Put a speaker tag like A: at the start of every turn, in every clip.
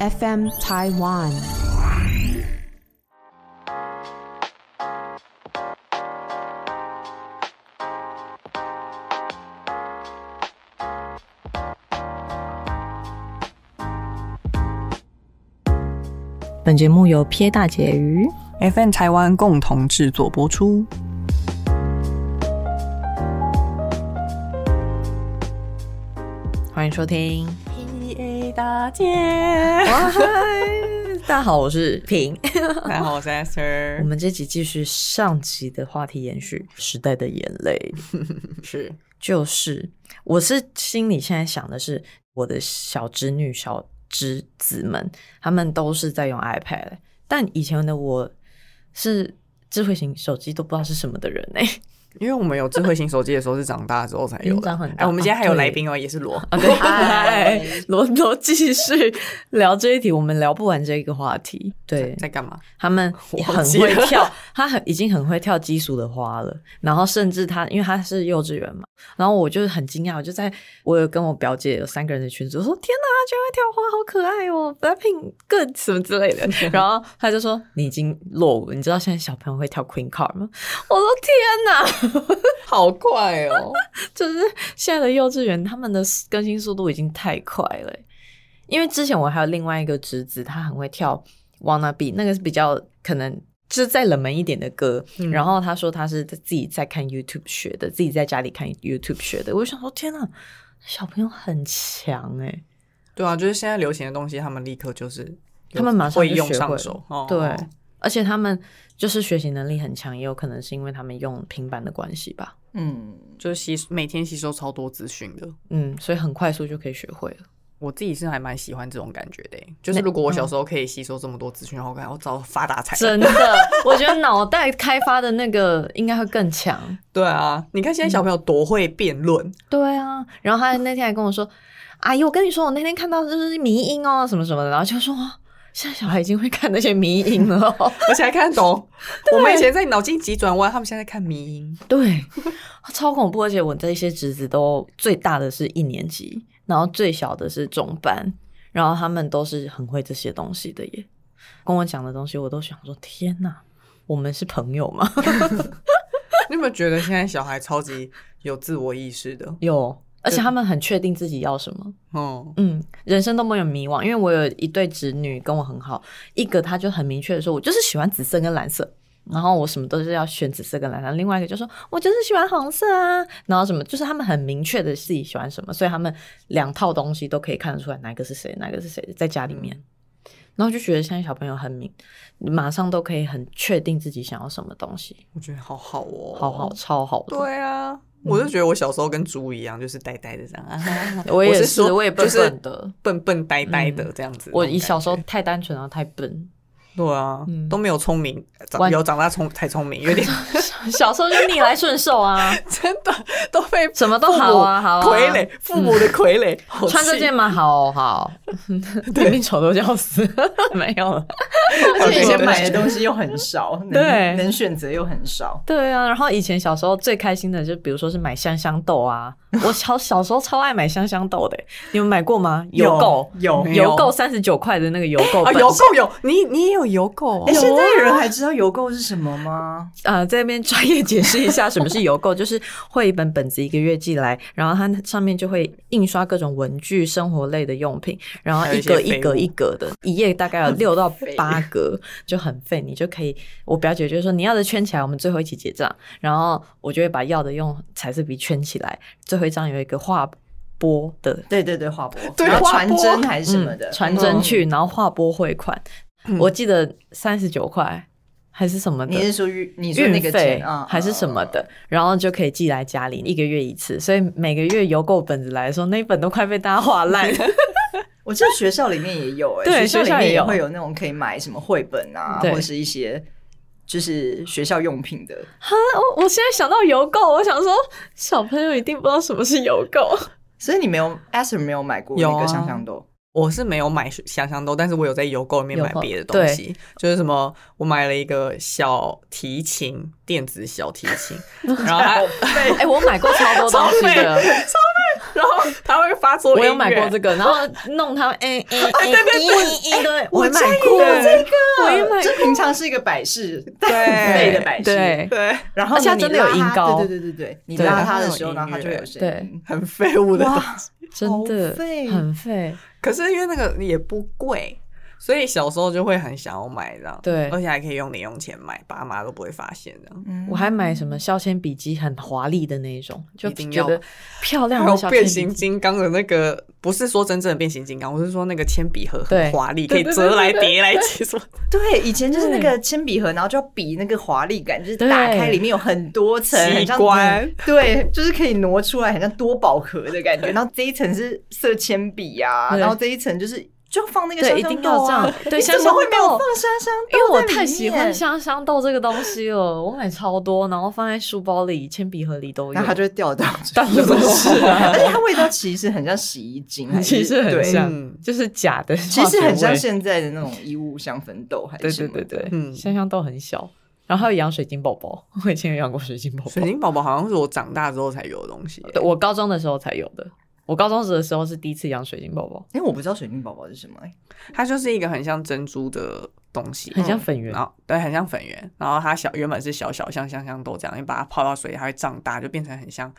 A: FM Taiwan。
B: 本节目由撇大姐鱼
C: FN 台湾共同制作播出。
B: 欢迎收 听。
C: P A 大姐，
B: 哇啊嗨，大家好，我是平。
C: 大家好，我是
B: 我
C: Esther。
B: 们这集继续上集的话题延续，《时代的眼泪》
C: 是
B: 就是，我是心里现在想的是，我的小侄女、小侄子们，他们都是在用 iPad，但以前的我是智慧型手机都不知道是什么的 人哎、
C: 因为我们有智慧型手机的时候是长大之后才有
B: 已经
C: 的
B: 长很。大
C: 哎，我们今天还有
B: 啊对
C: 来宾哦，也是罗。
B: 啊，对， 嗨，罗罗继续聊这一题，我们聊不完这个话题。对
C: 在干嘛？
B: 他们
C: 我
B: 很
C: 记
B: 会
C: 得
B: 跳，他很已经很会跳基础的花了。然后甚至他，因为他是幼稚园嘛，然后我就是很惊讶，我就在我有跟我表姐有三个人的群组，我说天哪，他居然会跳花，好可爱哦，Blackpink good 什么之类的。然后他就说你已经落伍，你知道现在小朋友会跳 Queen Card 吗？我说天哪，
C: 好快哦！
B: 就是现在的幼稚园，他们的更新速度已经太快了欸。因为之前我还有另外一个侄子，他很会跳 Wanna Be，那个是比较可能就是再冷门一点的歌。
C: 嗯
B: 然后他说他是自己在看 YouTube 学的，自己在家里看 YouTube 学的。我就想说，天呐，小朋友很强哎、
C: 对啊，就是现在流行的东西，他们立刻就是
B: 他们马上
C: 会
B: 就
C: 用
B: 学会
C: 上
B: 了
C: 手。哦
B: 对，而且他们就是学习能力很强，也有可能是因为他们用平板的关系吧。
D: 嗯，
C: 就是吸每天吸收超多资讯的。
B: 嗯，所以很快速就可以学会了。
C: 我自己是还蛮喜欢这种感觉的欸，就是如果我小时候可以吸收这么多资讯，然后我感觉我早发大财了。
B: 真的，我觉得脑袋开发的那个应该会更强。
C: 对啊，你看现在小朋友多会辩论，
B: 对啊，然后他那天还跟我说：“阿姨，我跟你说，我那天看到就是迷音哦，什么什么的。”然后就说：“哇现在小孩已经会看那些迷音了哦。
C: 而且还看得懂。我们以前在脑筋急转弯，他们现在在看迷音。”
B: 对， 超恐怖。而且我这些侄子都最大的是一年级，然后最小的是中班，然后他们都是很会这些东西的耶。跟我讲的东西，我都想说：“天哪，我们是朋友吗？”
C: 你有没有觉得现在小孩超级有自我意识的？
B: 有，而且他们很确定自己要什么。
C: 嗯，
B: 嗯，人生都没有迷惘，因为我有一对侄女跟我很好，一个她就很明确的说，我就是喜欢紫色跟蓝色，然后我什么都是要选紫色跟蓝色，另外一个就说我就是喜欢红色啊，然后什么，就是他们很明确的自己喜欢什么，所以他们两套东西都可以看得出来哪一个是谁，哪一个是谁，在家里
C: 嗯
B: 面，然后就觉得现在小朋友很明，马上都可以很确定自己想要什么东西，
C: 我觉得好好哦，
B: 好嗯好，。超好的，
C: 对啊，我就觉得我小时候跟猪一样，就是呆呆的这样。啊 哈哈哈
B: 我也
C: 是
B: 是，
C: 说，
B: 我也笨笨的。
C: 就是笨笨呆呆的这样子。
B: 嗯我
C: 那种
B: 以小时候
C: 感
B: 太单纯了，太笨，
C: 觉对啊
B: 嗯，
C: 都没有聪明，长
B: 完
C: 有长大聪才聪明，有 点
B: 小时候就逆来顺受 啊。
C: 真的都被
B: 什么都
C: 父母
B: 好啊好啊
C: 傀儡父母的傀儡，好
B: 穿这
C: 气
B: 件 嘛，好 好，明明丑都要死， 没有了。
D: 而且以前
C: 对
D: 买的东西又很少，能
B: 对
D: 能选择又很少。
B: 对啊，然后以前小时候最开心的就比如说是买香香豆 啊，我小小时候超爱买香香豆的，你们买过吗？邮购
D: 有
C: 没有
B: 邮购三十九块的那个邮购
C: 啊，
B: 本
C: 邮购有你，你也有邮购哦
D: 哎，。现在人还知道邮购是什么吗？
B: 呃，在那边专业解释一下什么是邮购， 就是会一本本子一个月寄来，然后它上面就会印刷各种文具、生活类的用品，然后
C: 还有
B: 一
C: 一些
B: 格一格
C: 废物
B: 一格的，一页大概有六到八格，就很费。你就可以，我表姐就说你要的圈起来，我们最后一起结账，然后我就会把要的用彩色笔圈起来，最后一张有一个画波的
D: 对对对，画波，
C: 对
D: 然后
C: 画
D: 传
C: 波
D: 真还是什么
B: 嗯
D: 的，
B: 传真去，然后划拨汇款，
C: 嗯
B: 我记得三十九块还是什么的，
D: 你是说运你说那
B: 嗯运
D: 个
B: 费
D: 钱啊，
B: 还是什么的，然后就可以寄来家里，一个月一次，所以每个月邮购本子来说，那一本都快被大家划烂。 哦
D: 我记得学校里面也有、欸，
B: 对学
D: 学
B: 校
D: 校里
B: 也
D: 面
B: 有
D: 会有那种可以买什么绘本啊，
B: 对
D: 或者是一些就是学校用品的。
B: 我我现在想到邮购，我想说小朋友一定不知道什么是邮购。
D: 所以你没有 a s e r 没有买过
C: 有
D: 那
C: 啊
D: 个香香豆，
C: 我是没有买香香豆，但是我有在邮购里面
B: 邮
C: 买
B: 购
C: 别的东西，就是什么，我买了一个小提琴， 电子小提琴，然后还
B: 哎、我买过超多东西的，
C: 然后他会发出音乐。
B: 我有买过这个，然后弄它，哎哎哎，对对对，对，我
D: 我
B: 也买
D: 家也
B: 过
D: 有这个，
B: 我也买
D: 呃这平常是一个摆饰，
C: 对
D: 对的摆饰，
B: 对
C: 对，
D: 然后
B: 而且它
D: 呢
B: 真的
D: 你拉
B: 有
D: 它
B: 音高
D: 对对对对对，你
B: 对它
D: 拉它的
C: 那种
D: 时候，
C: 音
D: 然后它就会
C: 乐
D: 有声音。
C: 很废物的东西。
D: 哇，
B: 真的
D: 好废
B: 很费，
C: 可是因为那个也不贵，所以小时候就会很想要买这样。
B: 对
C: 而且还可以用零用钱买，爸妈都不会发现这样。
D: 嗯
B: 我还买什么削铅笔机，很华丽的那一种，就
C: 一定
B: 觉
C: 要
B: 得漂亮
C: 还
B: 的
C: 有
B: 削铅
C: 变
B: 笔
C: 形
B: 机。
C: 金刚的那个，不是说真正的变形金刚，我是说那个铅笔盒
B: 对
C: 很华丽，可
B: 对
C: 以折来叠来切什么。
D: 对，以前就是那个铅笔盒，然后就要比那个华丽感，就是打
B: 对
D: 开里面有很多层，很像
C: 机关
D: 对，就是可以挪出来，很像多宝盒的感觉。然后这一层是色铅笔啊，
B: 对
D: 然后这一层就是就放那个
B: 对，
D: 香
B: 一
D: 香
B: 定
D: 豆
B: 要这
D: 啊
B: 样。。对，
D: 你
B: 香
D: 怎
B: 香
D: 么会没有
B: 豆
D: 放，香香豆？
B: 因为我太喜欢，香香豆这个东西了，我买超多，然后放在书包里、铅笔盒里都有。
D: 然后它就会掉到这
B: 到处都是啊
D: 而且它味道其实很像洗衣精，还是
B: 其实很
D: 对
B: 像
C: 嗯，
B: 就是假的，
D: 其实很像
B: 香。
D: 现在的那种衣物香氛豆，还
B: 对对
D: 是什么
B: 对
D: 的
B: 对，
C: 嗯
B: 香香豆很小。然后还有养水晶宝宝，我以前有养过水晶宝
C: 水
B: 宝，
C: 晶宝宝好像是我长大之后才有的东西耶。
B: 对我高中的时候才有的。我高中的时候是第一次养水晶宝宝，
D: 因为我不知道水晶宝宝是什么、欸，
C: 它就是一个很像珍珠的东西，嗯
B: 很像粉圆
C: 然后对，很像粉圆。然后它小原本是小小像香香豆这样，你把它泡到水里，它会胀大，就变成很像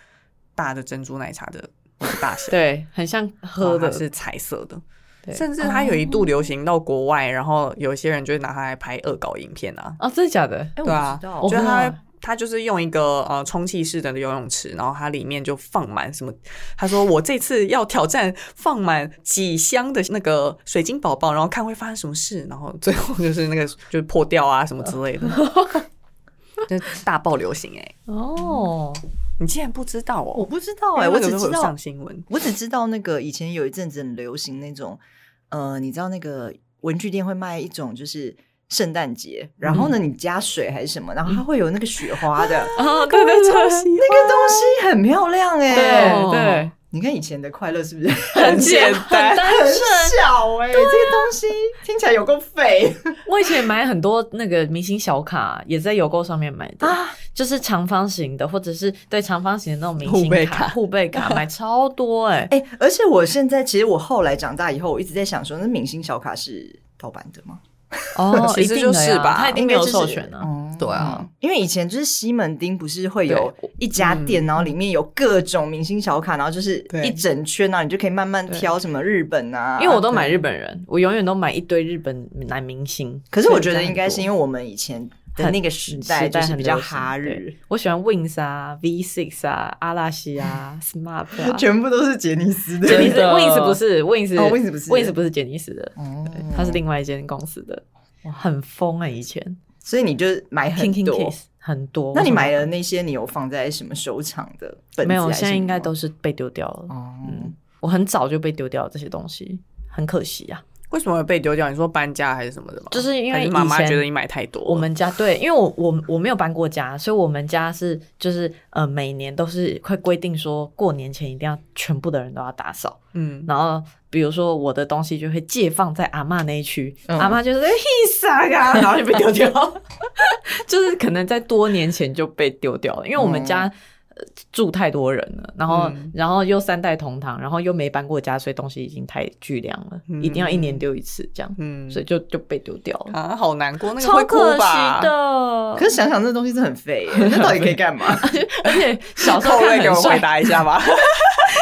C: 大的珍珠奶茶的那个大小。
B: 对，很像
C: 然后
B: 喝的，
C: 哦它是彩色的，
B: 对哦
C: 甚至它有一度流行到国外，然后有一些人就会拿它来拍恶搞影片啊。
B: 啊，真的假的？
D: 哎、
C: 对啊
D: 我不知道，
B: 我
C: 就是它
B: 哇
C: 它就是用一个呃充气式的游泳池，然后它里面就放满什么？他说我这次要挑战放满几箱的那个水晶宝宝，然后看会发生什么事，然后最后就是那个就是破掉啊什么之 类的，就是大爆流行哎、
B: 哦，
C: 你竟然不知道哦
D: 我？不知道哎、
C: 因为
D: 我
C: 那
D: 只
C: 个会有
D: 知道
C: 上，新闻，
D: 我只知道那个以前有一阵子很流行那种，呃，你知道那个文具店会卖一种就是。圣诞节，然后呢，你加水还是什么，然后它会有那个雪花的、
B: 啊，对对
C: 超
B: 对，
C: 喜欢
D: 那个东西，很漂亮哎、
B: 对对，
D: 你看以前的快乐是不是
C: 很简
B: 很
C: 单。
B: 单
D: 很
B: 纯。
D: 小哎、这个东西听起来有够废
B: 我以前买很多那个明星小卡，也在邮购上面买的，
D: 啊！
B: 就是长方形的，或者是对长方形的那种明
C: 护
B: 星
C: 贝
B: 卡、
C: 卡
B: 护贝 卡，买超多哎、
D: 哎、而且我现在其实我后来长大以后，我一直在想说，那明星小卡是盗版的吗？
B: 哦，
C: 其实
B: 一定
C: 就是
B: 的呀
C: 吧
B: 他一定没有授权啊。
D: 哦，
C: 对啊
D: 嗯，因为以前就是西门町不是会有
B: 对
D: 一家
C: 嗯
D: 店，然后里面有各种明星小卡，然后就是
C: 对
D: 一整圈，然后你就可以慢慢挑什么日本啊。
B: 因为我都买日本人，我永远都买一堆日本男明星。
D: 可是我觉得应该是因
B: 为
D: 为我们以前的那个时代就是比较哈日，，
B: 我喜欢 Wings 啊、V Six 啊、阿拉西啊、SMAP 啊。
D: 全部都是杰尼斯 的
B: 杰尼斯
C: 真的
B: Wings 不是 Wings，
D: 哦，Wings 不是
B: Wings 不是杰尼斯的，
D: 哦
B: 对，它是另外一间公司的，很疯啊！以前
D: 所以你就买
B: King
D: 很
B: King
D: 多。
B: Kiss 很多。
D: 那你
B: 我想
D: 买的那些，你有放在什么收藏的本子还是什么吗？
B: 没有？现在应该都是被丢掉了。
D: 哦，
B: 嗯，我很早就被丢掉了这些东西，很可惜啊。
C: 为什么会被丢掉？你说搬家还是什么的吗？
B: 就是因为
C: 还妈妈
B: 以前
C: 觉得你买太多了，
B: 我们家对，因为我我我没有搬过家，所以我们家是就是呃每年都是会规定说过年前一定要全部的人都要打扫，
C: 嗯，
B: 然后比如说我的东西就会借放在阿嬷那一区，
D: 嗯
B: 阿嬷就是 嘿啥 呀，然后就被丢掉，就是可能在多年前就被丢掉了，因为我们家。呃住太多人了，然后、
C: 哦嗯
B: 然后又三代同堂，然后又没搬过家，所以东西已经太巨量了，一定要一年丢一次这样，
C: 嗯
B: 所以就就被丢掉了。
C: 啊，好难过，那个
B: 超
C: 会哭
B: 可
C: 吧
B: 惜？的。
D: 可是想想这东西真的很废 耶，那到底可以干嘛？
B: 而且小时候
C: 透
B: 看
C: 类给
B: 很
C: 我
B: 帅
C: 回，答一下吧。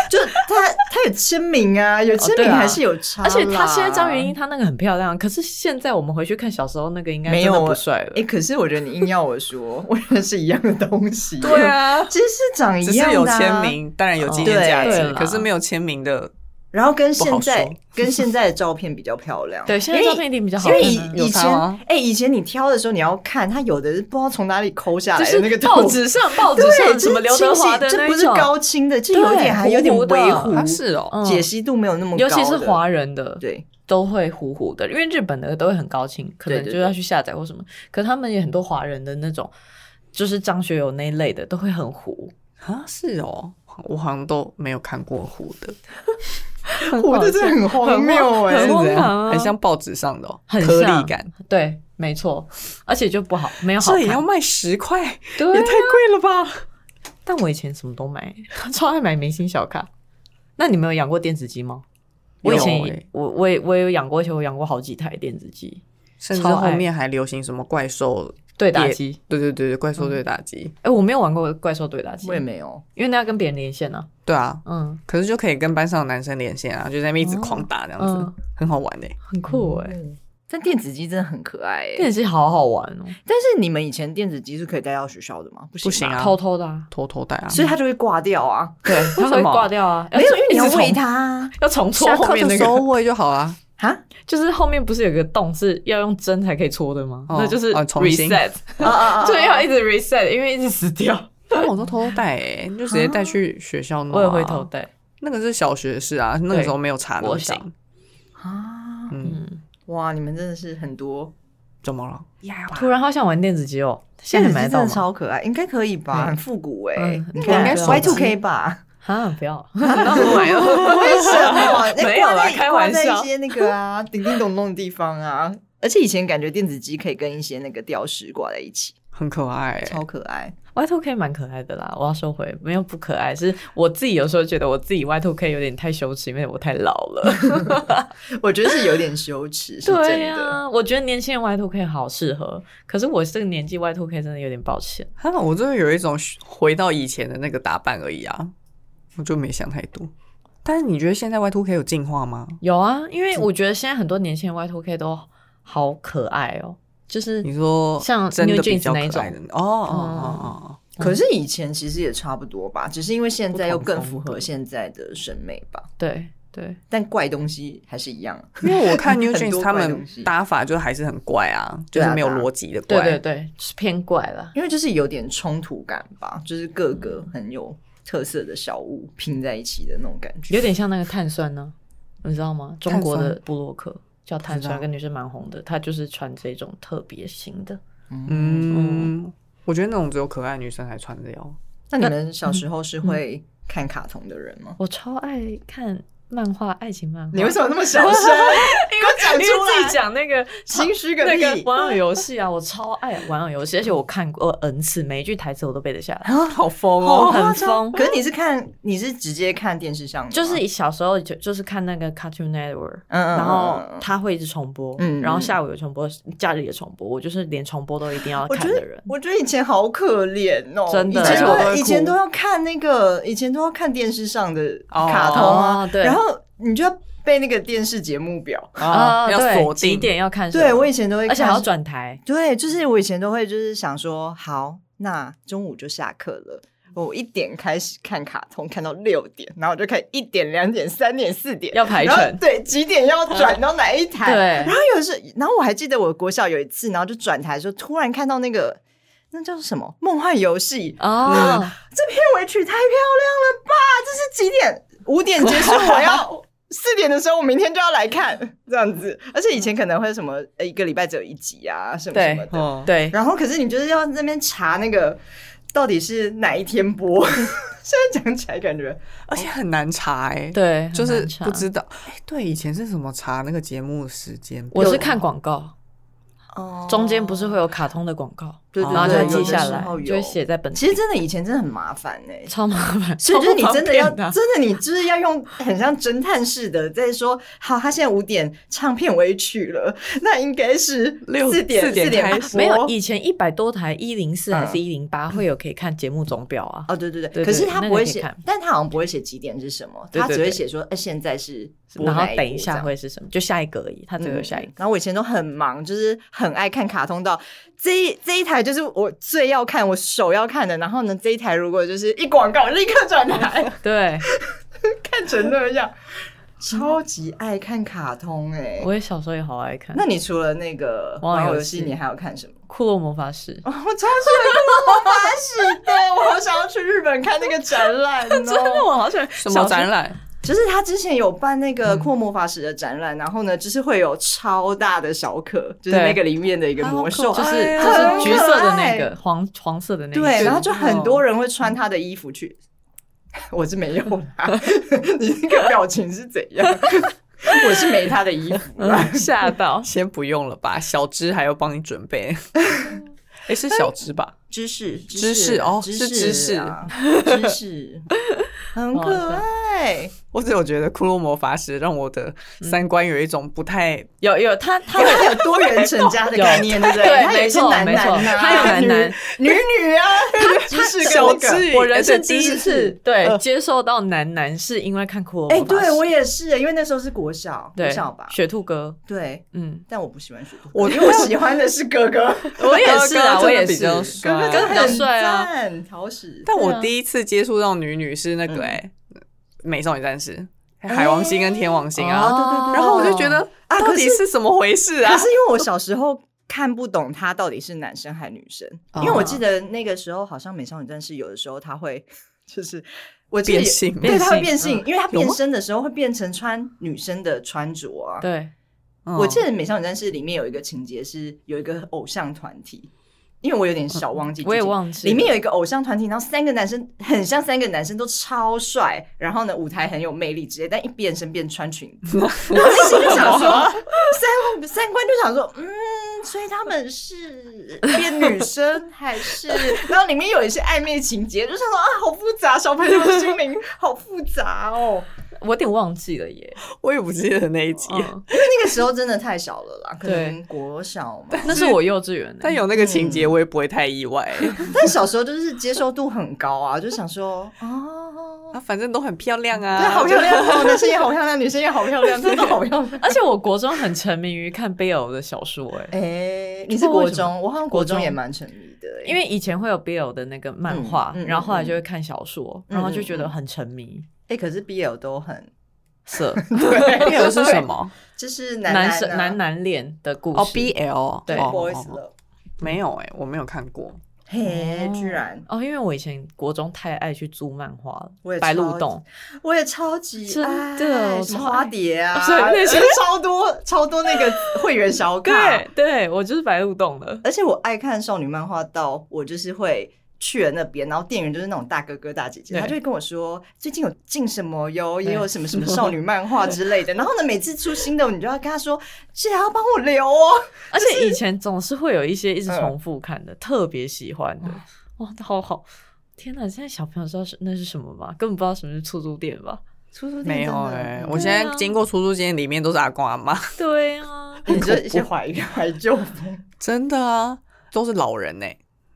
D: 就他他有签名啊，有签
B: 哦对
D: 名
B: 啊
D: 还是有差啦、
B: 而且他现在张元英他那个很漂亮，可是现在我们回去看小时候那个应该
D: 没
B: 真的
D: 有
B: 不帅了
D: 哎、。可是我觉得你硬要我说，我觉得是一样的东西。
C: 对，啊，
D: 其实是长一
C: 只
D: 样
C: 是
D: 的、啊
C: 有签。名，当然有纪念价
B: 啊对对
C: 值，
B: 啦
C: 可是没有签名的，
D: 然后跟现
C: 不好
D: 在
C: 说
D: 跟现在的照片比较漂亮，
B: 对，现在
D: 因为
B: 照片一定比较好
D: 因为以
B: 看啊
C: 有
D: 以前
C: 差吗
D: 哎、以前你挑的时候你要看，它有的是不知道从哪里抠下
B: 就
D: 来的那
B: 是
D: 个
B: 报
D: 图
B: 纸上报纸
D: 对，
B: 上什么刘德华的
D: 这
B: 那
D: 不
B: 一
D: 是
B: 种，
D: 高清的，这有
B: 对
D: 点还有点
B: 糊糊的
D: 微糊，
C: 啊是哦，
B: 嗯
D: 解析度没有那么高
B: 尤
D: 的，
B: 其是华人的，
D: 对
B: 都会糊糊的，因为日本的都会很高清，可能
D: 对对
B: 就要去下载或什么。可他们也很多华人的那种，就是张学友那一类的都会很 糊，
C: 啊是哦，我好像都没有看过糊的，
D: 我的
B: 好
D: 真的很荒谬哎、
B: 很荒
C: 是怎
B: 唐
C: 样
B: 啊
C: 很像报纸上的哦
B: 很
C: 颗
B: 像
C: 粒感，
B: 对，没错，而且就不好，没有好
C: 这也
B: 看
C: 要。卖十块， 也
B: 对啊
C: 太贵了吧？
B: 但我以前什么都买，超爱买明星小卡。那你们有养过电子鸡吗？我以前
C: 有
B: 也
C: 欸
B: 我我也我也有养过，而且我养过好几台电子鸡，
C: 甚至
B: 超爱
C: 后面还流行什么怪兽
B: 对打
C: 也
B: 机。
C: 对对对对，怪兽对打机，
B: 哎、我没有玩过怪兽对打机
D: 我，也没有。
B: 因为那要跟别人连线呢、
C: 对啊，
B: 啊。嗯
C: 可是就可以跟班上的男生连线啊，就在那边一直狂打这样子，
B: 哦嗯，
C: 很好玩哎、
B: 很酷哎、
D: 嗯但电子鸡真的很可爱耶、
B: 电子鸡好好玩哦，
D: 但是你们以前电子鸡是可以带到学校的吗？不
C: 不
D: 行吧，
C: 行啊
B: 偷偷的、啊，
C: 偷偷带啊，
D: 所以它就会挂掉啊。
C: 对，
B: 它会挂掉啊。
D: 没有，因为你要
B: 一直
D: 喂
B: 重
D: 它啊
B: 要重搓
C: 下
B: 后
C: 课
B: 面
C: 的
B: 那
C: 时
B: 个
C: 候喂就好 啊。
D: 哈
B: 就是后面不是有个洞是要用针才可以戳的吗？
C: 哦
B: 那就是
C: 哦重新
B: reset，、
D: 啊啊啊！
B: 就要一直 reset，因为一直死掉。
C: 但啊我都偷偷带哎、你就直接带去学校弄、啊。
B: 啊我也会偷。带，
C: 那个是小学是啊，那个时候没有查那么
B: 我小
C: 紧。
D: 啊！
C: 嗯，
B: 嗯，
D: 哇，你们真的是很多
C: 怎么了？
B: 突然好想玩电子机哦，现在
D: 电
B: 还
D: 子
B: 买
D: 鸡
B: 得到
D: 真的
B: 吗？
D: 超可爱，应该可以吧？
B: 嗯
D: 很复古哎、
B: 嗯
D: 你
B: 那
D: 看
B: 应该手
D: Y
B: 机
D: Two K 吧？
B: 啊，不要，
C: 那我买了。
D: 嗯 为什 么？那
B: 没有啦
D: 挂在
B: 开玩笑
D: 挂在一些那个啊，叮叮咚咚的地方啊。 而且以前感觉电子鸡可以跟一些那个吊饰挂在一起，
C: 很可爱、欸，
D: 超可爱。
B: Y Two K 蛮可爱的啦，我要收回，没有不可爱，是我自己有时候觉得我自己 Y Two K 有点太羞耻，因为我太老 了。
D: 我觉得是有点羞耻，是真
B: 呀、
D: 的。
B: 啊我觉得年轻人 Y Two K 好适合，可是我这个年纪 Y Two K 真的有点抱歉。
C: 哈，我真的有一种回到以前的那个打扮而已啊，我就没想太多。但是你觉得现在 Y Two K 有进化吗？
B: 有啊，因为我觉得现在很多年轻人 Y Two K 都好可爱哦，就是
C: 你说
B: 像
C: 真
B: New
C: 的比
B: Jeans
C: 较可
B: 那一种
C: 爱的哦哦哦哦哦，
D: 可是以前其实也差不多吧，只是因为现在又更
B: 嗯不同
D: 符
B: 风
D: 合
B: 格
D: 现在的审美吧。
B: 对对，
D: 但怪东西还是一样，
C: 因为我看 New
D: 很
C: Jeans
D: 多
C: 他
D: 怪
C: 们
D: 东西
C: 打法就还是很怪啊，就
D: 对啊
C: 是没有
D: 对啊
C: 逻辑的怪。
B: 对对对，是偏怪啦。
D: 因为就是有点冲突感吧，就是各个很有特色的小物拼在一起的那种感觉。
B: 有点像那个碳酸呢、你知道吗？中国
C: 碳
B: 的
C: 酸
B: 布洛克叫碳
C: 不知道
B: 酸，跟女生蛮红的，她就是穿这种特别型的。
D: 嗯
C: 嗯，我觉得那种只有可爱女生才穿得了。
D: 那你们小时候是
B: 嗯
D: 会看卡通的人 吗？
B: 我超爱看漫画，爱情漫画。
D: 你为什么那么小声？给我讲
B: 因为
D: 出
B: 自
D: 来
B: 己！讲那个
D: 心虚个
B: 那个
D: 屁
B: 玩偶游戏啊，我超爱玩偶游戏，而且我看过 N 次，每一句台词我都背得下来。
C: 啊，好疯
B: 哦
C: 哦！
B: 很疯
D: 可是你是看，你是直接看电视上的吗，
B: 就是小时候就就是看那个 Cartoon Network，
D: 嗯，嗯
B: 然后
D: 嗯嗯
B: 他会一直重播，
D: 嗯
B: 然后
D: 嗯
B: 下午有重播，假日也重播，我就是连重播都一定要
D: 我觉
B: 看
D: 得
B: 的人，。
D: 我觉得以前好可怜哦，
B: 真的
D: 以前
C: 而且我都
D: 都
C: 会
D: 以前
C: 哭
D: 都要看那个，以前都要看电视上的
C: 哦
D: 卡通啊，
B: 哦对
D: 然后你就要背那个电视节目表。
C: 啊， 要
B: 哦对
C: 锁
B: 几
C: 定
B: 点要看什么？
D: 对我以前都会看，
B: 而且还要转台，
D: 对，就是我以前都会就是想说，好，那中午就下课了。我一点开始看卡通，看到六点，然后我就看一点、两点、三点、四点，
B: 要排
D: 然后
B: 程
D: 对，几点要 转到哪一台？
B: 对
D: 然后有时，然后我还记得我国小有一次，然后就转台的时候，突然看到那个那叫什么《梦幻游戏》
B: 哦，
D: 这片尾曲太漂亮了吧！这是几点？五点结束，我要四点的时候，我明天就要来看这样子。而且以前可能会什么，呃，一个礼拜只有一集啊，什么什么的。
C: 哦，
B: 对，
D: 然后可是你就是要那边查那个到底是哪一天播， 现在讲起来感觉
C: 而且很难查哎。，
B: 对，
C: 就
B: 很
C: 是
B: 难查
C: 不知道。哎，对，以前是怎么查那个节目时间表？
B: 我是看广告，
D: 哦
B: 中间不是会有卡通的广告，
D: 对
C: 对
B: 然后就
C: 对
B: 会记
C: 有
B: 下
C: 的
B: 来
D: 时候，有
B: 就会写在本子
D: 哦其实真的以前真的很麻烦哎、
B: 超麻烦，
D: 所以就是你
B: 超
D: 真的要，
B: 方便
D: 真的你就是要用很像侦探似的，在说，好，他现在五点唱片尾曲了，那应该是
C: 六
D: 四点
C: 四点
D: 点
C: 开
D: 半
C: 始
B: 没有
D: 播
B: 以前一百多台一零四还是
D: 嗯
B: 一零八会有可以看节目总表啊，
D: 哦，对对对，
B: 对对
D: 可是他
B: 那
D: 不会
B: 个可以
D: 写，
B: 看
D: 但他好像不会写几点是什么，
B: 对对
D: 他只会
B: 对
D: 写说，哎、现在是播
B: 然后
D: 哪
B: 等
D: 部
B: 一
D: 这
B: 下
D: 样
B: 会是什么，就下一个而已，它只会有
D: 嗯
B: 下一个。
D: 然后我以前都很忙，就是很爱看卡通到这一这一台就是我最要看，我首要看的。然后呢，这一台如果就是一广告，立刻转台
B: 对，
D: 看成那样，超级爱看卡通哎、
B: 我也小时候也好爱看
D: 那你除了那个
B: 网
D: 玩
B: 友
D: 偶游
B: 游
D: 戏，
B: 戏
D: 你还有看什么？
B: 《库洛魔法使》
D: 哦，我超喜欢看魔法使的， 我好想要去日本看那个展览哦。
B: 我好喜欢
C: 什么展览？
D: 就是他之前有办那
B: 嗯
D: 个酷魔法使的展览，然后呢，就是会有超大的小可，就是
B: 对啊
D: 那个里面的一个魔兽，
B: 就是
C: 哎呀
B: 就是橘色的
D: 很
B: 那
D: 可
B: 个黄黄色的那个，
D: 哎对，然后就
C: 哦。
D: 很多人会穿他的衣服去。 我是没有啦， 你那个表情是怎样？ 我是没他的衣服啦。
B: 吓到
C: 先不用了吧，小芝还要帮你准备。 哎，是小芝吧？
D: 知识，
C: 知识哦是知识
D: 啊，知识，很可爱。
C: 我只有觉得《骷髅魔法使》让我的三观有一种不太
B: 有有他他
D: 因为它有多元成家的概念，对不
B: 对
D: 它有
B: 没
D: 一些
B: 错
D: 男
B: 没错
D: 男啊，
B: 它有男男
D: 女、女女 啊， 知识跟
C: 小
D: 那个
C: 智
B: 我人生
C: 对
B: 第一
C: 知识
B: 次对、
C: 呃
B: 接受到男男是因为看骷髅
D: 嗯哎、
B: 魔法
D: 对
B: 使
D: 我也是，因为那时候是国小，国
B: 对
D: 小吧，
B: 雪兔哥，
D: 对，
B: 嗯，
D: 但我不喜欢学兔哥，
C: 我
D: 因为我喜欢的是哥哥，
B: 我也是啊，我
C: 哥哥真的
B: 也
C: 比
B: 是
C: 较
D: 哥
C: 帅
D: 哥
B: 哥哥
D: 真
B: 比
D: 的
B: 较
D: 很
B: 帅啊
D: 赞，好使。
C: 但
B: 对啊
C: 我第一次接触到女女是那个
D: 嗯
C: 哎、美少女战士》海王星跟天王星
B: 哦
C: 啊，
D: 对对对，
C: 然后我就觉得、
D: 啊
C: 到
D: 可
C: 底
D: 是
C: 是怎么回事啊
D: 可？是因为我小时候看不懂他到底是男生还女生，
B: 哦
D: 因为我记得那个时候好像美少女战士有的时候他会 就是我记得
C: 变性
D: 对，他会变
B: 变
D: 性，
B: 性
D: 因为他
C: 有吗
D: 变身的时候会变成穿女生的穿着啊。
B: 对，
C: 嗯
D: 我记得美少女战士里面有一个情节是有一个偶像团体。因为我有点小忘记剧情，
B: 嗯我也忘记了
D: 里面有一个偶像团体，然后三个男生很像三个男生都超帅，然后呢舞台很有魅力之类，但一变身变穿裙 子，我内心就想说，三三观就想说，嗯，所以他们是变女生还 是？然后里面有一些暧昧情节，就想说啊，好复杂，小朋友的心灵好复杂哦。
B: 我有点忘记了耶，
C: 我也不记得那一集，
B: 嗯、
D: 那个时候真的太小了啦，可能国小嘛。
B: 那是我幼稚园、欸，
C: 但有那个情节我也不会太意外、
D: 但小时候就是接受度很高啊，就想说哦，
C: 啊，反正都很漂亮啊，
D: 对，好漂亮哦，男生也好漂亮，女生也好漂 亮，真的好漂亮。
B: 而且我国中很沉迷于看贝尔的小说、欸，哎、
D: 哎、你是国
B: 不知道为什
D: 中，我好像国中也蛮沉迷的、欸
B: 因为以前会有贝尔的那个漫画，
D: 嗯嗯
B: 然后后来就会看小说，
D: 嗯
B: 然后就觉得很沉迷。
D: 哎、可是 BL 都很
B: 色
D: 对
C: 那个是什？么？
D: 就是 男啊
B: 男
D: 生
B: 生男男恋的故事
C: 哦，BL
B: 对
C: 哦
D: boys
C: 哦哦
D: love。
C: 没有哎、我没有看过。
D: 嘿，居然
B: 哦，因为我以前国中太爱去租漫画了，
D: 我也
B: 白
D: 超
B: 鹿洞，
D: 我也超级
B: 真
D: 爱
B: 的我
D: 什么
B: 超
D: 花
B: 爱哦
D: 蝶啊，
B: 所以 那些
D: 超多超多那个会员小卡
B: 对，对，我就是白鹿 洞的。
D: 而且我爱看少女漫画到我就是会。去了那边，然后店员就是那种大哥哥大姐姐，
B: 对
D: 他就会跟我说最近有进什么哟，
B: 对
D: 也有什么什么少女漫画之类的。 然后呢，每次出新的，你就要跟他说，记得要帮我留哦。
B: 而且以前总是会有一些一直
D: 嗯
B: 重复看的，特别喜欢的，哇，好好。天哪！现在小朋友知道是那是什么吗？根本不知道什么是出租店吧？
D: 出出
C: 没有哎、
D: 哎、
C: 我现在经过出租间，里面都是阿公阿妈，
B: 对啊，
D: 你就一些怀 怀旧风，
C: 真的啊，都是老人哎、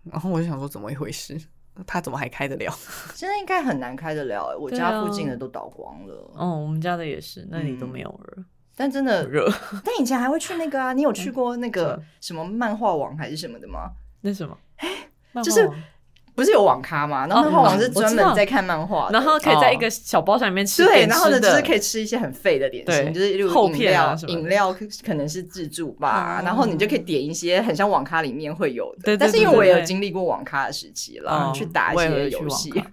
C: 然后我就想说，怎么一回事？ 他怎么还开得了？
D: 现在应该很难开得了、哎我
B: 对
D: 家
B: 啊
D: 附近的都倒光了。
B: 嗯，我们家的也是，那里都
D: 嗯
B: 没有了，
D: 但真的
B: 很热。
D: 但以前还会去那个啊，你有去过那个
B: 嗯
D: 什么漫画网还是什么的吗？
B: 那什么，漫
D: 就是
B: 画王
D: 不是有网咖吗？然后漫画网是专
B: 我知道
D: 门在看漫画的，
B: 然后可以在一个小包厢里面吃
D: 哦对，
B: 点
D: 然后呢
B: 吃
D: 就
B: 的
D: 是可以吃一些很废的点
B: 对
D: 心，就是例如
B: 厚
D: 饮
B: 片啊
D: 料，
B: 什么的
D: 饮料可能是自助吧
C: 哦，
D: 然后你就可以点一些很像网咖里面会有
B: 对对
D: 的。但是因
B: 对
D: 为
B: 对
D: 我也有
B: 对
D: 经历过网咖的时期啦
B: 哦，
D: 去打一
B: 我也会
D: 些
B: 去
D: 游戏
B: 网咖，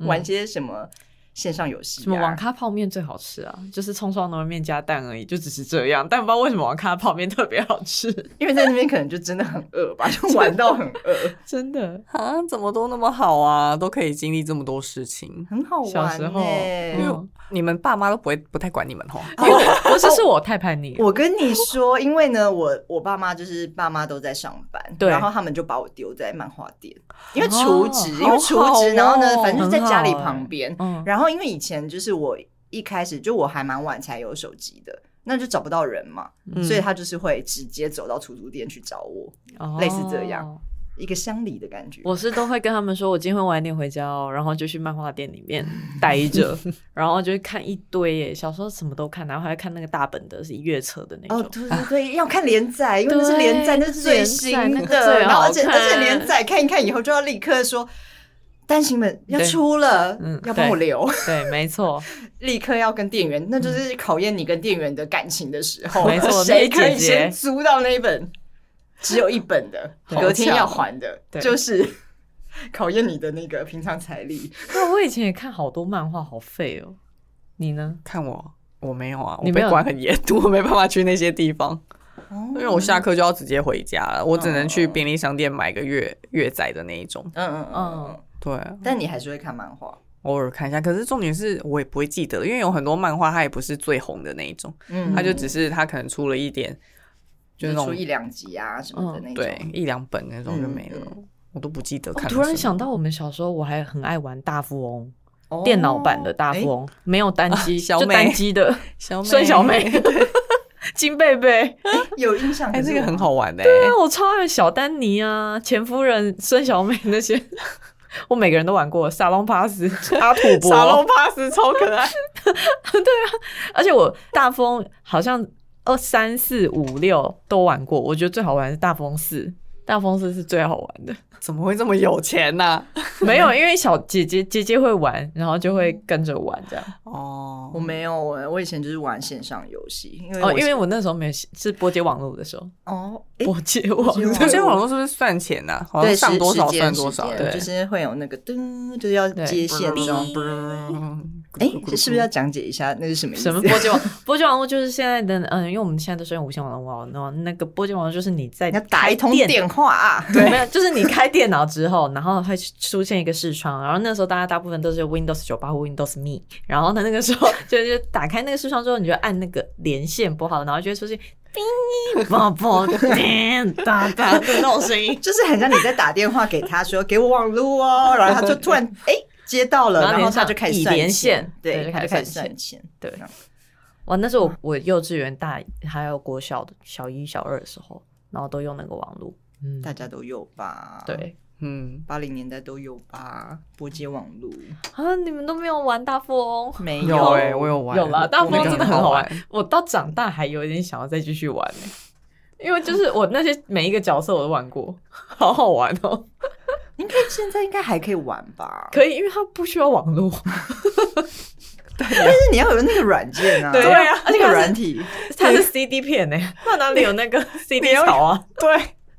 B: 嗯
D: 玩一些什么线上游戏啊，
B: 什么网咖泡面最好吃啊，就是葱烧浓面加蛋而已，就只是这样。但不知道为什么网咖泡面特别好吃，
D: 因为在那边可能就真的很饿吧，就玩到很饿，
B: 真的。
C: 啊，怎么都那么好啊，都可以经历这么多事情。
D: 很 好
B: 小时
D: 玩
B: 候
D: 欸
B: 嗯
C: 因为你们爸妈都不会不太管你们吼，哦
B: 因为我不是是我太叛逆了，
D: 我跟你说，因为呢，我我爸妈就是爸妈都在上班，
B: 对
D: 然后他们就把我丢在漫画店，因为
B: 哦
D: 厨职，因为厨
C: 好好哦
D: 职，然后呢，反正就在家里
B: 很好哎
D: 旁边。
B: 嗯，
D: 然后因为以前就是我一开始就我还蛮晚才有手机的，那就找不到人嘛，
C: 嗯
D: 所以他就是会直接走到出租店去找我，
B: 哦
D: 类似这样。一个乡里的感觉。
B: 我是都会跟他们说，我今天会晚一点回家哦，然后就去漫画店里 面待着，然后就看一堆耶。小时候什么都看，然后还看那个大本的，是月册的那种。
D: 哦，对对对，要看连载，因为那是
B: 对
D: 连载，那是最新
B: 连载那个
D: 的。
B: 最好
D: 然后而且
B: 看
D: 而且连载看一看以后，就要立刻说单行本要出了
B: 对嗯，
D: 要帮我留，
B: 对，没错，
D: 立刻要跟店员，那就是考验你跟店员的感情的时候。
B: 没错
D: 谁可
B: 那一姐
D: 以
B: 姐
D: 先租到那一本只有一本的，
B: 对
D: 隔天要还的
B: 对，
D: 就是 考验你的那个平常财力。
B: 那我以前也看好多漫画，好废哦。你呢？
C: 看我，我没有啊，
B: 你
C: 我
B: 没
C: 被
B: 有
C: 管很严， 我没办法去那些地方，
B: 哦
C: 因为
D: 嗯
C: 我下课就要直接回家了，我只能去便利商店买个月月仔的那一种。
D: 嗯嗯
B: 嗯，
C: 对，啊
D: 但你还是会看漫画，
C: 偶尔看一下，可是重点是我也不会记得，因为有很多漫画它也不是最红的那一种，
D: 嗯
C: 它就只是它可能出了一点，就
D: 就是是
C: 那
D: 出
C: 种
D: 一两集啊什
B: 嗯
D: 么的那种。
C: 对一两本那种就
D: 嗯
C: 没了，我都不记得
B: 我
C: 看了什么。
B: 突然想到，我们小时候我还很爱玩大富翁，电脑版的
D: 哦
B: 大富翁，没有单机，
C: 小
B: 就
C: 美
B: 单机的
C: 小美，
B: 啊孙小妹金贝贝。
D: 有印象，
C: 哎，这个很好玩的、欸，
B: 对啊，我超爱小丹尼啊，前夫人孙小美那些， 我每个人都玩过。沙龙帕斯、阿土伯，
C: 沙龙帕斯超可爱，
B: 而且我大风好像二三四五六都玩过，我觉得最好玩的是大风四，大风四是最好玩的。
C: 怎么会这么有钱啊呢、
B: 没有，因为小姐姐姐姐会玩，然后就会跟着玩这样。
C: 哦，
D: 我没有，我我以前就是玩线上游戏，因为
B: 哦，
D: 我
B: 因为我那时候没有是波接网络的时候，
D: 哦，哎
B: 波接网
D: 波接
B: 络
D: 网
C: 这些网络是不是算钱呐、好像
D: 对，
C: 上
D: 时
C: 多少
D: 时间
C: 算多少，
D: 时间
C: 对。
D: 就是会有那个噔，就是要
B: 对
D: 接线这种。
C: 嗯
D: 哎，这是不是要讲解一下那是什么意思？
B: 什么波接网？波接网络就是现在的，嗯，因为我们现在都是用无线网络网，那那个波接网络就是你在
D: 你要打一通
B: 开
D: 电 话啊？
B: 对，没有，就是你开电脑之后，然后会出现一个视窗，然后那时候大家大部分都是 Windows 九八或 Windows Me，然后呢，那个时候就就打开那个视窗之后，你就按那个连线拨号，然后就会出现叮啵啵叮哒哒的那种声音，
D: 就是很像你在打电话给他说给我网路哦，然后他就突然哎接到了，
B: 然后
D: 然后
B: 连
D: 他
B: 上
D: 就开始
B: 已
D: 算
B: 连
D: 钱
B: 线，对
D: 对，
B: 就
D: 他
B: 开
D: 就
B: 始
D: 开始
B: 算
D: 算钱，
B: 对
D: 这样
B: 哇，那是我我幼稚园大还有国小的小一小二的时候，然后都用那个网络，嗯，
D: 大家都有吧？，
B: 对
C: 嗯，
D: 八零年代都有吧？拨接网路
B: 啊，你们都没有玩大富翁。
D: 没
C: 有哎、我有玩，
B: 有啦，大富
C: 那
B: 翁
C: 个
B: 真的很
C: 好
B: 好玩。。我到长大还有点想要再继续玩、欸，因为就是我那些每一个角色我都玩 过，好好玩哦。
D: 应该现在应该还可以玩吧？
B: 可以，因为它不需要网 络，
D: 但是你要有那个软啊件啊，
B: 对啊
D: 那个软体。
B: 它是 CD 片呢、欸，它哪里有那 个 CD
C: 有哦
B: 槽啊？
C: 对，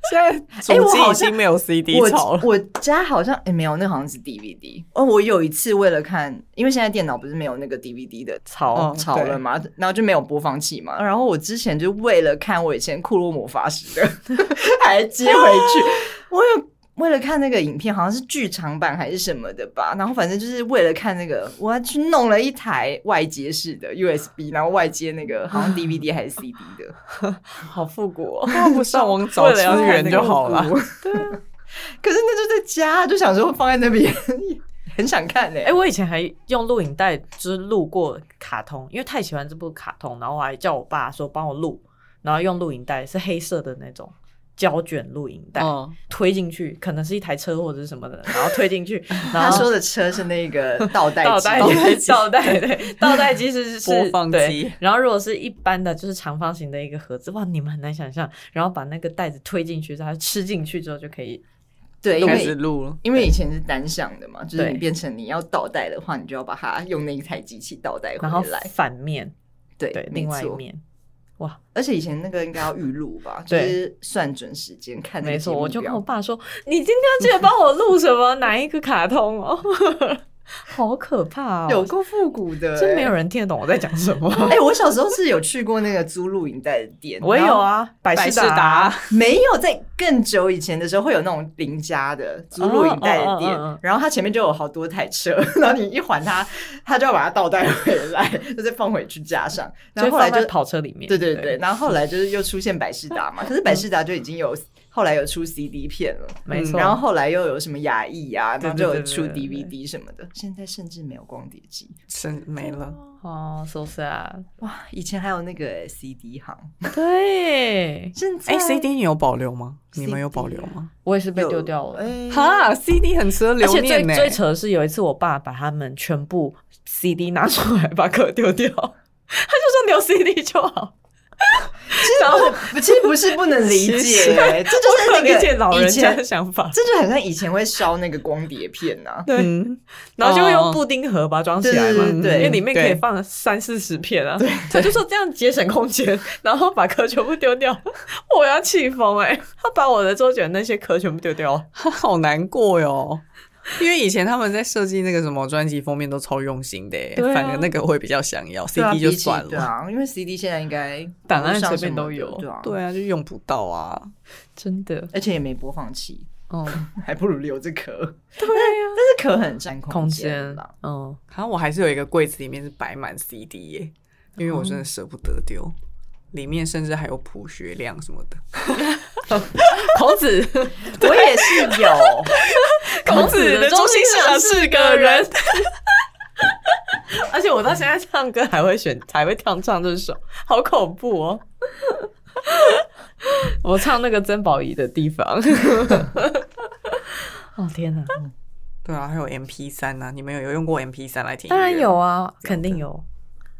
C: 现在
D: 哎
C: 主
D: 我
C: 机
D: 好
C: 已
D: 像
C: 经没有 CD
D: 我
C: 槽了。
D: 我家好像哎、没有，那好像是 DVD。哦，我有一次为了看，因为现在电脑不是没有那个 DVD 的
B: 槽
D: 哦槽
C: 对
D: 了嘛，然后就没有播放器嘛。然后我之前就为了看我以前库洛魔法使 的，还接回去。我有为了看那个影片，好像是剧场版还是什么的吧。然后反正就是为了看那个，我还去弄了一台外接式的 USB，然后外接那个好像 DVD 还是 CD 的。
B: 好复古、哦。
C: 那不上网找
B: 为
C: 资
B: 了要看
C: 源
B: 那
C: 就
B: 个
C: 好了。
D: 可是那就在家，就想说放在那边， 很想看欸呢、
B: 哎、我以前还用录影带，就是录过卡通，因为太喜欢这部卡通，然后我还叫我爸说帮我录，然后用录影带是黑色的那种胶卷录影带，
C: 嗯，
B: 推进去，可能是一台车或者是什么的，然后推进 去，然
D: 他
B: 后
D: 说的车是那个倒带
B: 倒
D: 机，
B: 带机，倒带对，倒带机是是
C: 播放机
B: 对然后如果是一般的，就是长方形的一个盒子，哇，你们很难想象。然后把那个袋子推进去，然后吃进去之后就可以。
D: 对，因
C: 开始
D: 为
C: 录了。
D: 因为以前是单向的嘛，就是你
B: 对
D: 变成你要倒带的话，你就要把它用那一台机器倒带
B: 然后
D: 回来，
B: 反面，
D: 对
B: 对，
D: 没
B: 另外一
D: 错。
B: 面。哇，
D: 而且以前那个应该要预录吧，就
B: 对
D: 是算准时间看那个
B: 没错，
D: 节目
B: 我就跟
D: 表
B: 我爸说，你今天要记得帮我录什么哪一个卡通 哦，好可怕
D: 有
B: 哦，
D: 够复古的、
B: 真没有
D: 人。
B: 人听得懂我在讲什么。
D: 哎、我小时候是有去过那个租录影带的店，
B: 我也有啊，百
C: 百
B: 事
C: 事达，
D: 没有，在更久以前的时候会有那种邻家的租录影带的店，
B: 哦哦哦哦哦
D: 然后它前面就有好多台车， 然后你一还它，它就要把它倒带回来， 就再放回去架上。然
B: 就
D: 后后
B: 放
D: 来就
B: 在跑车里面。
D: 对对对，然后后来就是又出现百事达嘛，可是百事达就已 经有后来有出 CD 片了。嗯
B: 没错。
D: 然后后来又有什么雅艺啊，然后就有出
B: 对对对对
D: DVD 什么的，现在甚至没有光碟机。
C: 真没了，
B: 哦，so sad。
D: 哇，以前还有那个欸 CD 行，
B: 对，
D: 现在
C: 哎，CD 你有保留吗？你们有
D: CD
C: 保留吗？
B: 我也是被
D: 有
B: 丢掉了。
D: 哎
C: 哈，CD 很值得
B: 而
C: 留
B: 且最
C: 念呢。
B: 最扯的是，有一次我爸把他们全部 CD 拿出来，把壳丢掉， 他就说留 CD 就好。然后
D: 不其实不是不能理
B: 其
D: 解
B: 实
D: 欸， 这就
B: 我
D: 是那
B: 可
D: 个
B: 理解老人
D: 以
B: 家
D: 前
B: 的想法，
D: 这就很像以前会烧那个光碟片呐、啊。
B: 对，
C: 嗯，
B: 然后就用
C: 哦
B: 布丁盒把它装起来嘛，
D: 对嗯对对对
B: 因为里面可以
C: 对
B: 放三四十片啊。他就说这样节省空间，然后把壳全部丢掉， 我要气疯哎！他把我的周卷那些壳全部丢掉了，
C: 好难过哟。因为以前他们在设计那个什么专辑封面都超用心的耶，
B: 对啊
C: 反而那个我会比较想要
D: 对啊
C: CD 就
D: 比起
C: 算
D: 对
C: 了，
D: 啊，因为 CD 现在应该
B: 档案
D: 网络上
B: 随
D: 什
B: 便
D: 么
B: 都
D: 的
B: 有
D: 对啊，
C: 对啊，就用不到啊。
B: 真的，
D: 而且也没播放器，
B: 嗯，
D: 还不如留着壳。
B: 对呀、
D: 哦但是壳很占
B: 空
D: 间
B: 间
D: 啦。，
B: 嗯，
C: 然后我还是有一个柜子里面是摆满 CD 耶，因为我
B: 哦
C: 真的舍不得丢，里面甚至还有朴学亮什么的。
B: 孔子，
D: 我 也是有，
B: 孔子的中心思想是个人， 而且我到现在唱歌还会选，还会唱唱这首，好恐怖哦！我唱那个曾宝仪的地方。 哦天哪！
C: 对啊，还有 MP 三呐、啊，你们有有用过 MP 三来听？
B: 当然有，啊，肯定有。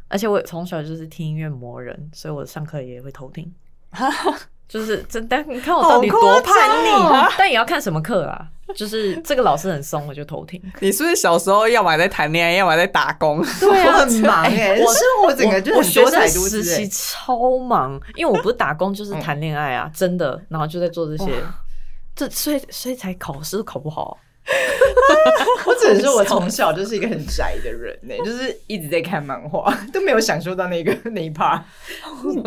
B: 而且我从小就是听音乐魔人，所以我上课也会偷 听。就是真，但你看我到底多叛逆，
C: 好夸张哦
B: 但也要看什么课啊。就是这个老师很松，我就偷听。
C: 你是不是小时候要么在谈恋爱，要么在打工？
D: 对啊，很忙哎、欸，
B: 我
D: 是我整个就是
B: 我
D: 很
B: 学
D: 多
B: 生
D: 彩多
B: 时
D: 姿、
B: 期
D: 欸。
B: 超忙，因为我不是打工就是
D: 嗯
B: 谈恋爱啊，真的，然后就在做这些，这所以所以才考试考不好。
D: 我只能说，我从小就是一个很宅的人 呢、就是一直在看漫画，都没有享受到那个 那一 part。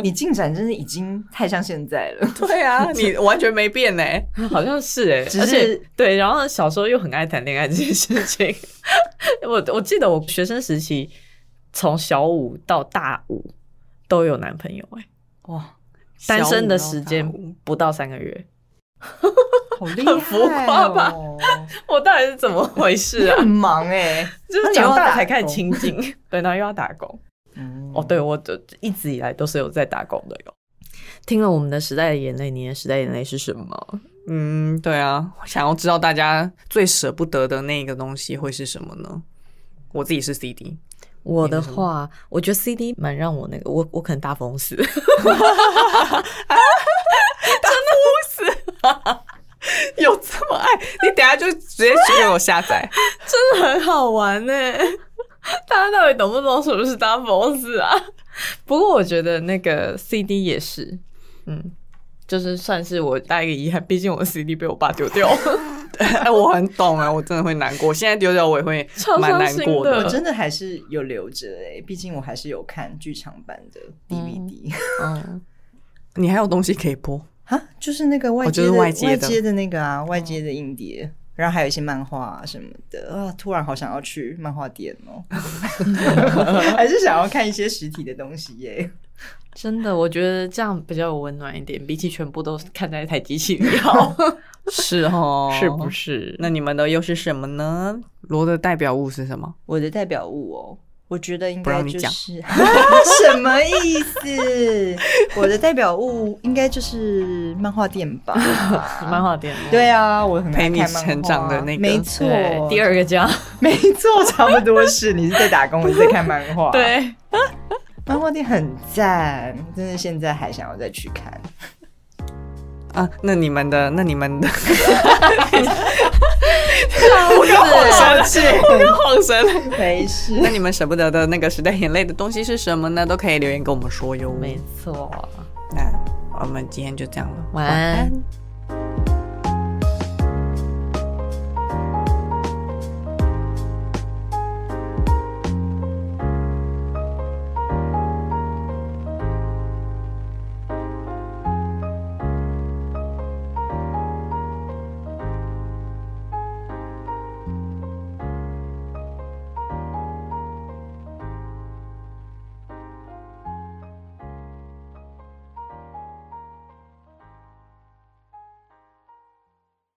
D: 你进展真是已经太像现在了。
C: 对 啊，你完全没变呢、
B: 好像是哎、
D: 只
B: 而且
D: 是
B: 对，然后小时候又很爱谈恋爱这件事情。 我我记得我学生时期，从小五到大五都有男朋友哎、
C: 哇，
B: 单身的
C: 小五到
B: 时
C: 大
B: 间
C: 五
B: 不到三个月，
D: 好厉
B: 很浮夸 吧
D: 哦？
B: 我到底是怎么回事啊
D: 很？忙哎、
B: 就是
D: 那你
B: 长
D: 要
B: 大
D: 打
B: 才开始
D: 工
B: 亲近， 对，然后又要打工。
D: 哦嗯
B: 哦，对，我就一直以来都是有在打工的哟。听了我们的时代的眼泪，你的时代眼泪是什么？
C: 嗯，对啊，想要知道大家最舍不得的那个东西会是什么呢？我自己是 CD，
B: 我的话，我觉得 CD 蛮让我那个，我我可能大风 死，
C: 有这么爱？你等下就直接去给我下 载。
B: 真的很好玩 呢、大家到底懂不懂什么是大风死啊？不过我觉得那个 CD 也是，嗯，就是算是我带一个遗憾，毕竟我的 CD 被我爸丢掉，
C: 哎，我很懂啊，我真的会难过。现在丢掉我也会
B: 超
C: 蛮
B: 伤
C: 难
B: 心
C: 过
B: 的
D: 我真的还是有留着哎、毕竟我还是有看剧场版的 DVD
B: 嗯，
C: 你还有东西可以播，
D: 啊、就是那个
C: 哦
D: 外接的、
C: 就是外
D: 外
C: 接的哦
D: 接的那个啊，外接的硬碟，然后还有一些漫画啊什么的啊，突然好想要去漫画店 哦，还是想要看一些实体的东西耶、
B: 真的，我觉得这样比较有温暖一点，比起全部都看在一台机器里 好，
C: 是哦
B: 是不？是？
C: 那你们的又是什么呢？罗的代表物是什么？
D: 我的代表物哦。我觉得应
C: 不
D: 该
C: 让你
D: 就
C: 讲
D: 是、啊、什么意思？我的代表物应该就是漫画店吧。
B: 漫画店
D: 对啊，我很爱
C: 陪你
D: 看漫
C: 成长的那个
D: 画没错
B: 对，，第二个家，
D: 没错，差不多是你是在打工，我是在看漫 画。，
B: 对，
D: 漫画店很赞，真的现在还想要再去看。
C: 啊，那你们的，那你们的，
B: 我跟
C: 晃神了，
D: 气，
C: 我跟晃神了。
D: 没事。
C: 那你们舍不得的那个时代眼泪的东西是什么呢？都可以留言跟我们说哟。
B: 没错，
C: 那我们今天就这样了，
B: 晚安。